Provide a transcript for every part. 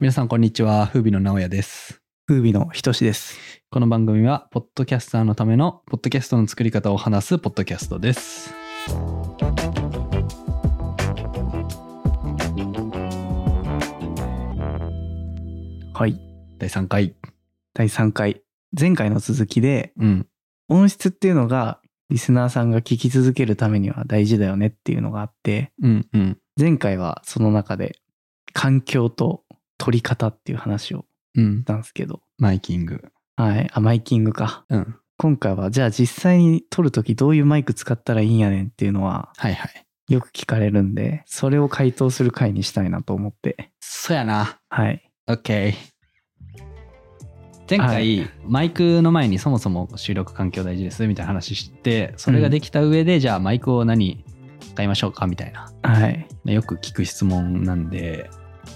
皆さんこんにちは風美の直哉です風味のひとしです。この番組はポッドキャスターのためのポッドキャストの作り方を話すポッドキャストですはい。第3回第3回。前回の続きで、うん音質っていうのが、リスナーさんが聞き続けるためには大事だよねっていうのがあって、うんうん前回はその中で、環境と取り方っていう話をうんしたんですけど、マイキングはい。あ、マイキングか。うん今回は、じゃあ実際に撮るときどういうマイク使ったらいいんやねんっていうのは、はいはいよく聞かれるんで、それを回答する回にしたいなと思って、そやなはい。 OK 前回、はいマイクの前にそもそも収録環境大事ですみたいな話してそれができた上で、じゃあマイクを何買いましょうかみたいなはい。よく聞く質問なんで、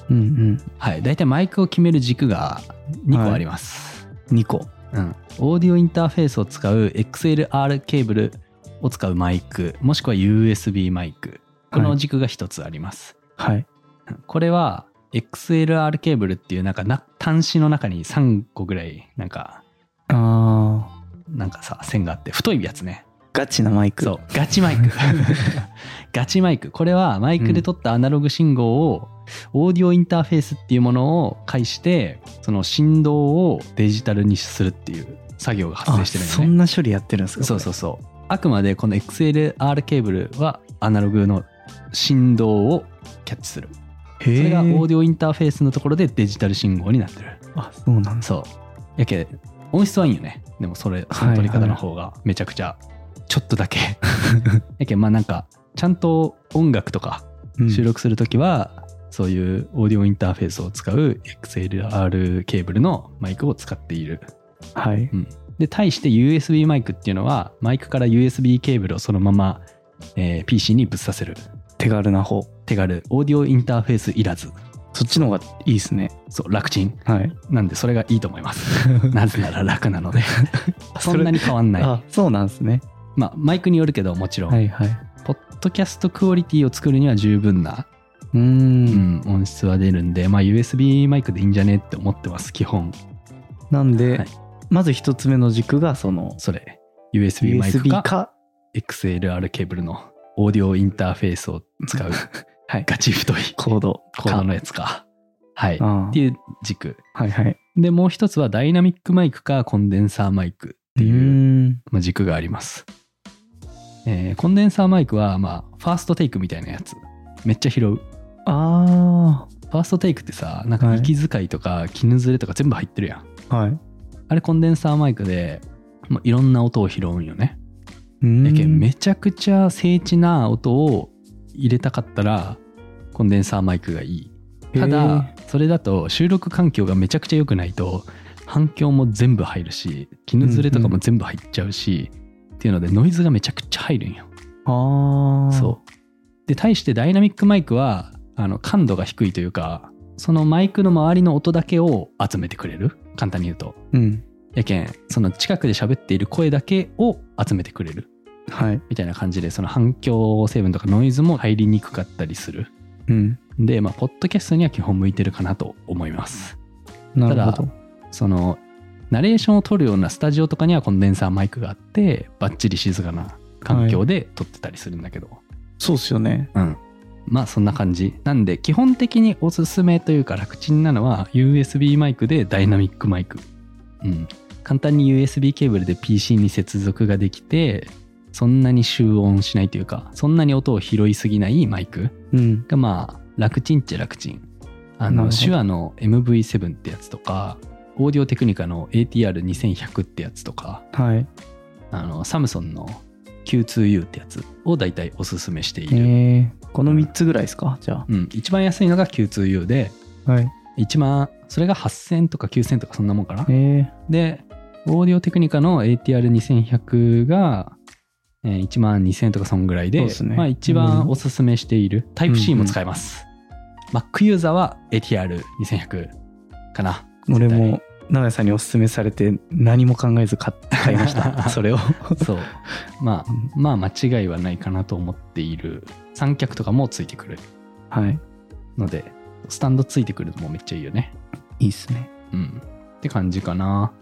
うんはい、大体マイクを決める軸が2個あります、うん。2個。うん、オーディオインターフェースを使う XLR ケーブルを使うマイクもしくは USB マイクこの軸が1つあります、はい。うんこれは XLR ケーブルっていうなんかな端子の中に3個ぐらいなんかあー。なんかさ線があって太いやつねガチなマイク。そうガチ マイクガチマイクこれはマイクで取ったアナログ信号を、オーディオインターフェースっていうものを介してその振動をデジタルにするっていう作業が発生してるあよねそんな処理やってるんですかそうそうそうあくまでこの XLR ケーブルはアナログの振動をキャッチするそそれがオーデディオインターフェースのところでデジタル信号になってるィあそうなんですそうやけ音質はいいんよねでもそれその取り方の方がめちゃくちゃちょっとだけ やけまあなんかちゃんと音楽とかうん収録するときは、そういうオーディオインターフェースを使う XLR ケーブルのマイクを使っているはいで対して USB マイクっていうのはマイクから USB ケーブルをそのまま、えー PC にぶっ刺せる手軽な方手軽オーディオインターフェースいらずそっちの方がいいですねそう楽ちんはいなんでそれがいいと思います なぜなら楽なので そんなに変わんないあそうなんですねまあマイクによるけどもちろん、はいはいポッドキャストクオリティを作るには十分な、うーんうん、音質は出るんでまあ USB マイクでいいんじゃねって思ってます基本なんで、はいまず一つ目の軸がそのそれ USB マイク USB かか XLR ケーブルのオーディオインターフェースを使 う、はいガチ太いコードコードのやつか。はい。っあていう軸。あはいはいで、もう一つはダイナミックマイクかコンデンサーマイクってういう、ーんまあ、軸があります。えーコンデンサーマイクは、まあ、ファーストテイクみたいなやつ。めっちゃ拾う。フあァーストテイクってさ、なんかはい息遣いとか絹ずれとか全部入ってるやん。あはいあれコンデンサーマイクで、まあ、いろんな音を拾うんよね。うーんやけんめちゃくちゃ精緻な音を入れたかったらコンデンサーマイクがいいただそれだと収録環境がめちゃくちゃ良くないと反響も全部入るし絹ずれとかも全部入っちゃうし、っていうのでノイズがめちゃくちゃ入るんよああそうで対してダイナミックマイクはあの感度が低いというかそのマイクの周りの音だけを集めてくれる簡単に言うとううんやけんその近くで喋っている声だけを集めてくれるはいみたいな感じでその反響成分とかノイズも入りにくかったりするうんでまあポッドキャストには基本向いてるかなと思いますなるほどそのナレーションを取るようなスタジオとかにはコンデンサーマイクがあってバッチリ静かな環境で撮ってたりするんだけど、そうっすよねうんまあそんな感じなんで基本的におすすめというか楽ちんなのは USB マイクでダイナミックマイクうん簡単に USB ケーブルで PC に接続ができてそんなに集音しないというかそんなに音を拾いすぎないマイクうんがまあ楽ちんっちゃ楽ちんあなるのほど手話の MV7 ってやつとかオーディオテクニカの ATR2100 ってやつとかはいあのサムソンの Q2U ってやつを大体おすすめしていえる、ー、この3つぐらいですかじゃうん、一番安いのが Q2U であはい1万それが8000とか9000とかそんなもんかなえー、でオーディオテクニカの ATR2100 が、えー1万2000とかそんぐらいでそうですねまあ、一番おすすめしている、タイプ C うんうもん使えます、Mac ユーザーは ATR2100 かな俺絶対も長屋さんにおすすめされて何も考えず買って買いまし たそれをそうまあうんまあ間違いはないかなと思っている三脚とかもついてくるはいのでスタンドついてくるのもめっちゃいいよねいいっすねうんって感じかな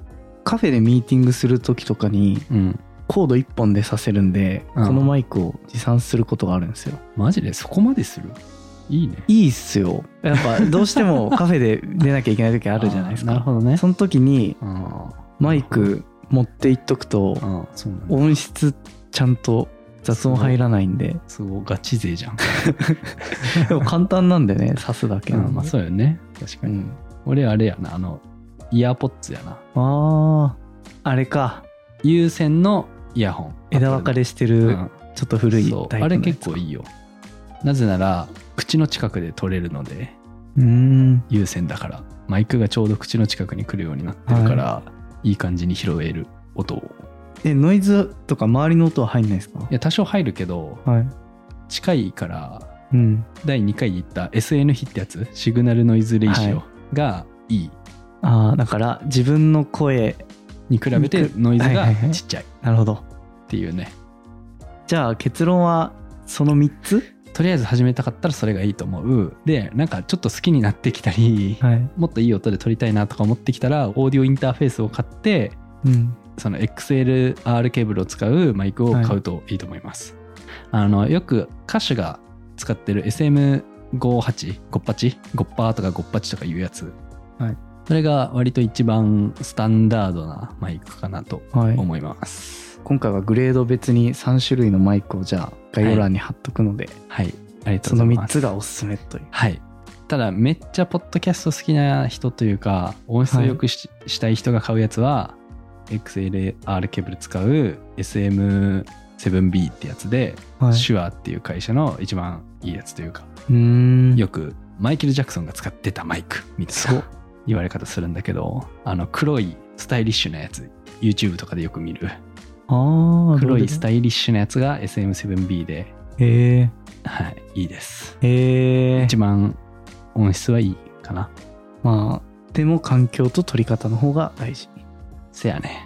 カフェでミーティングする時とかにうんコード1本でさせるんで、うんこのマイクを持参することがあるんですよマジでそこまでするいいねいいっすよやっぱどうして もカフェで出なきゃいけない時あるじゃないですかあーなるほどねその時にあマイク持っていっとくとーあーそうなんだ音質ちゃんと雑音入らないん ですごいガチ勢じゃんでも簡単なんでね挿すだけうなんんまであそうよね確かうに、ん俺あれやなあのイヤーポッツやなあああれか有線のイヤホン枝分かれしてうるんちょっと古いそうタイプのやつあれ結構いいよなぜなら口の近くで取れるのでうーん有線だからマイクがちょうど口の近くに来るようになってるから、い、い感じに拾える音をえノイズとか周りの音は入んないですかいや多少入るけどはい近いからうん第2回言った SN 比ってやつシグナルノイズレイシはオがいいああだから自分の声に比べてノイズはいはいはがいちっちゃいっなるほどていうねじゃあ結論はその3つとりあえず始めたかったらそれがいいと思うでなんかちょっと好きになってきたりはい、もっといい音で撮りたいなとか思ってきたらオーディオインターフェースを買ってうん、その XLR ケーブルを使うマイクを買うといいと思います。あのよく歌手が使ってる SM58、58、58とか58とかいうやつ、はいそれが割と一番スタンダードなマイクかなとはい、思います。今回はグレード別に3種類のマイクをじゃあ概要欄に貼っとくので、はい、ありがとそごうざのいま3す。つがおすすめというはい。ただめっちゃポッドキャスト好きな人というか音質を良くし,、したい人が買うやつは XLR ケーブル使う SM7B ってやつで、はいシュアっていう会社の一番いいやつというかうーんよくマイケル・ジャクソンが使ってたマイクみたいそうな言われ方するんだけどあの黒いスタイリッシュなやつ YouTube とかでよく見るああ黒いスイタイリッシュなやつが SM7B で、ルえはい、いいですー、えー一番音質はいいかなまあでも環境と取り方の方が大事せやね。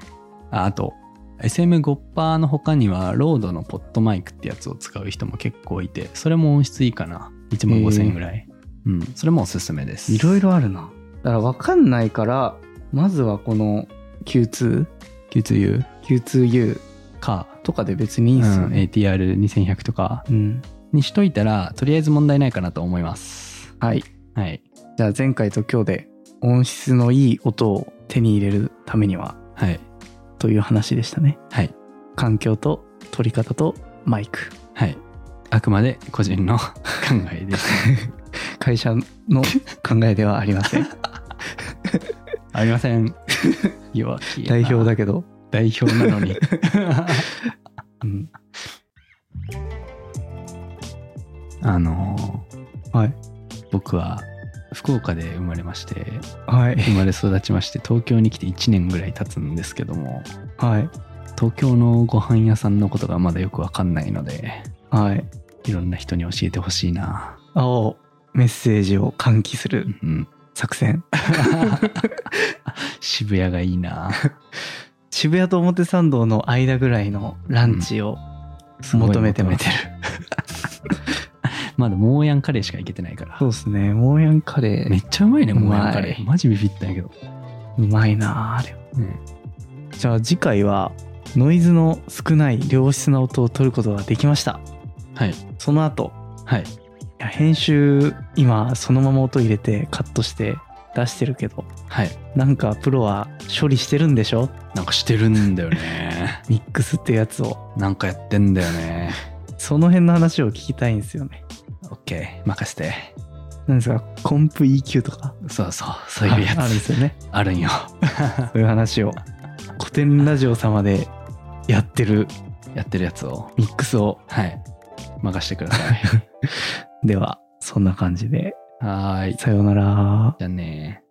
ああと、SM5% の他には、ロードのポットマイクってやつを使う人も結構いて、それも音質いいかな。1万5000円ぐらい。うん、それもおすすめです。いろいろあるなだから分かんないからまずはこの Q2 Q2U Q2U か、とかで別にいいっすようんね、 ATR2100 とかうん、にしといたら、とりあえず問題ないかなと思います。はいはい。じゃあ前回と今日で音質のいい音を手に入れるためにははい。という話でしたねはい。環境と取り方とマイクはい。あくまで個人 の考えです。会社の考えではありま せんありませ ん。弱気やな代表だけど、代表なのに。うん、 あのーはい僕は福岡で生まれましてはい生まれ育ちまして東京に来て1年ぐらい経つんですけどもはい東京のご飯屋さんのことがまだよくわかんないのではいいろんな人に教えてほしいな青メッセージを喚起するうん作戦渋谷がいいな 渋谷と表参道の間ぐらいのランチをすごい求めてます、求まだモーヤンカレーしか行けてないからそうですねモーヤンカレめーっちゃうまいねモーヤンカレうまーマジビビったんやけど、うまいなあれうんじゃあ次回はノイズの少ない良質な音を取ることができましたはいその後はいいや編集今そのまま音入れてカットして出してるけどはいなんかプロは処理してるんでしょなんかしてるんだよね ミックスってやつをなんかやってんだよねその辺の話を聞きたいんですよね OK 任せてなんですかコンプ EQ とかそうそうそういうやああるんでつすよねあるんよそういう話を古典ラジオ様でやってるやってるやつをミックスをはい任してくだ さいではそんな感じではーいさようならじゃあねー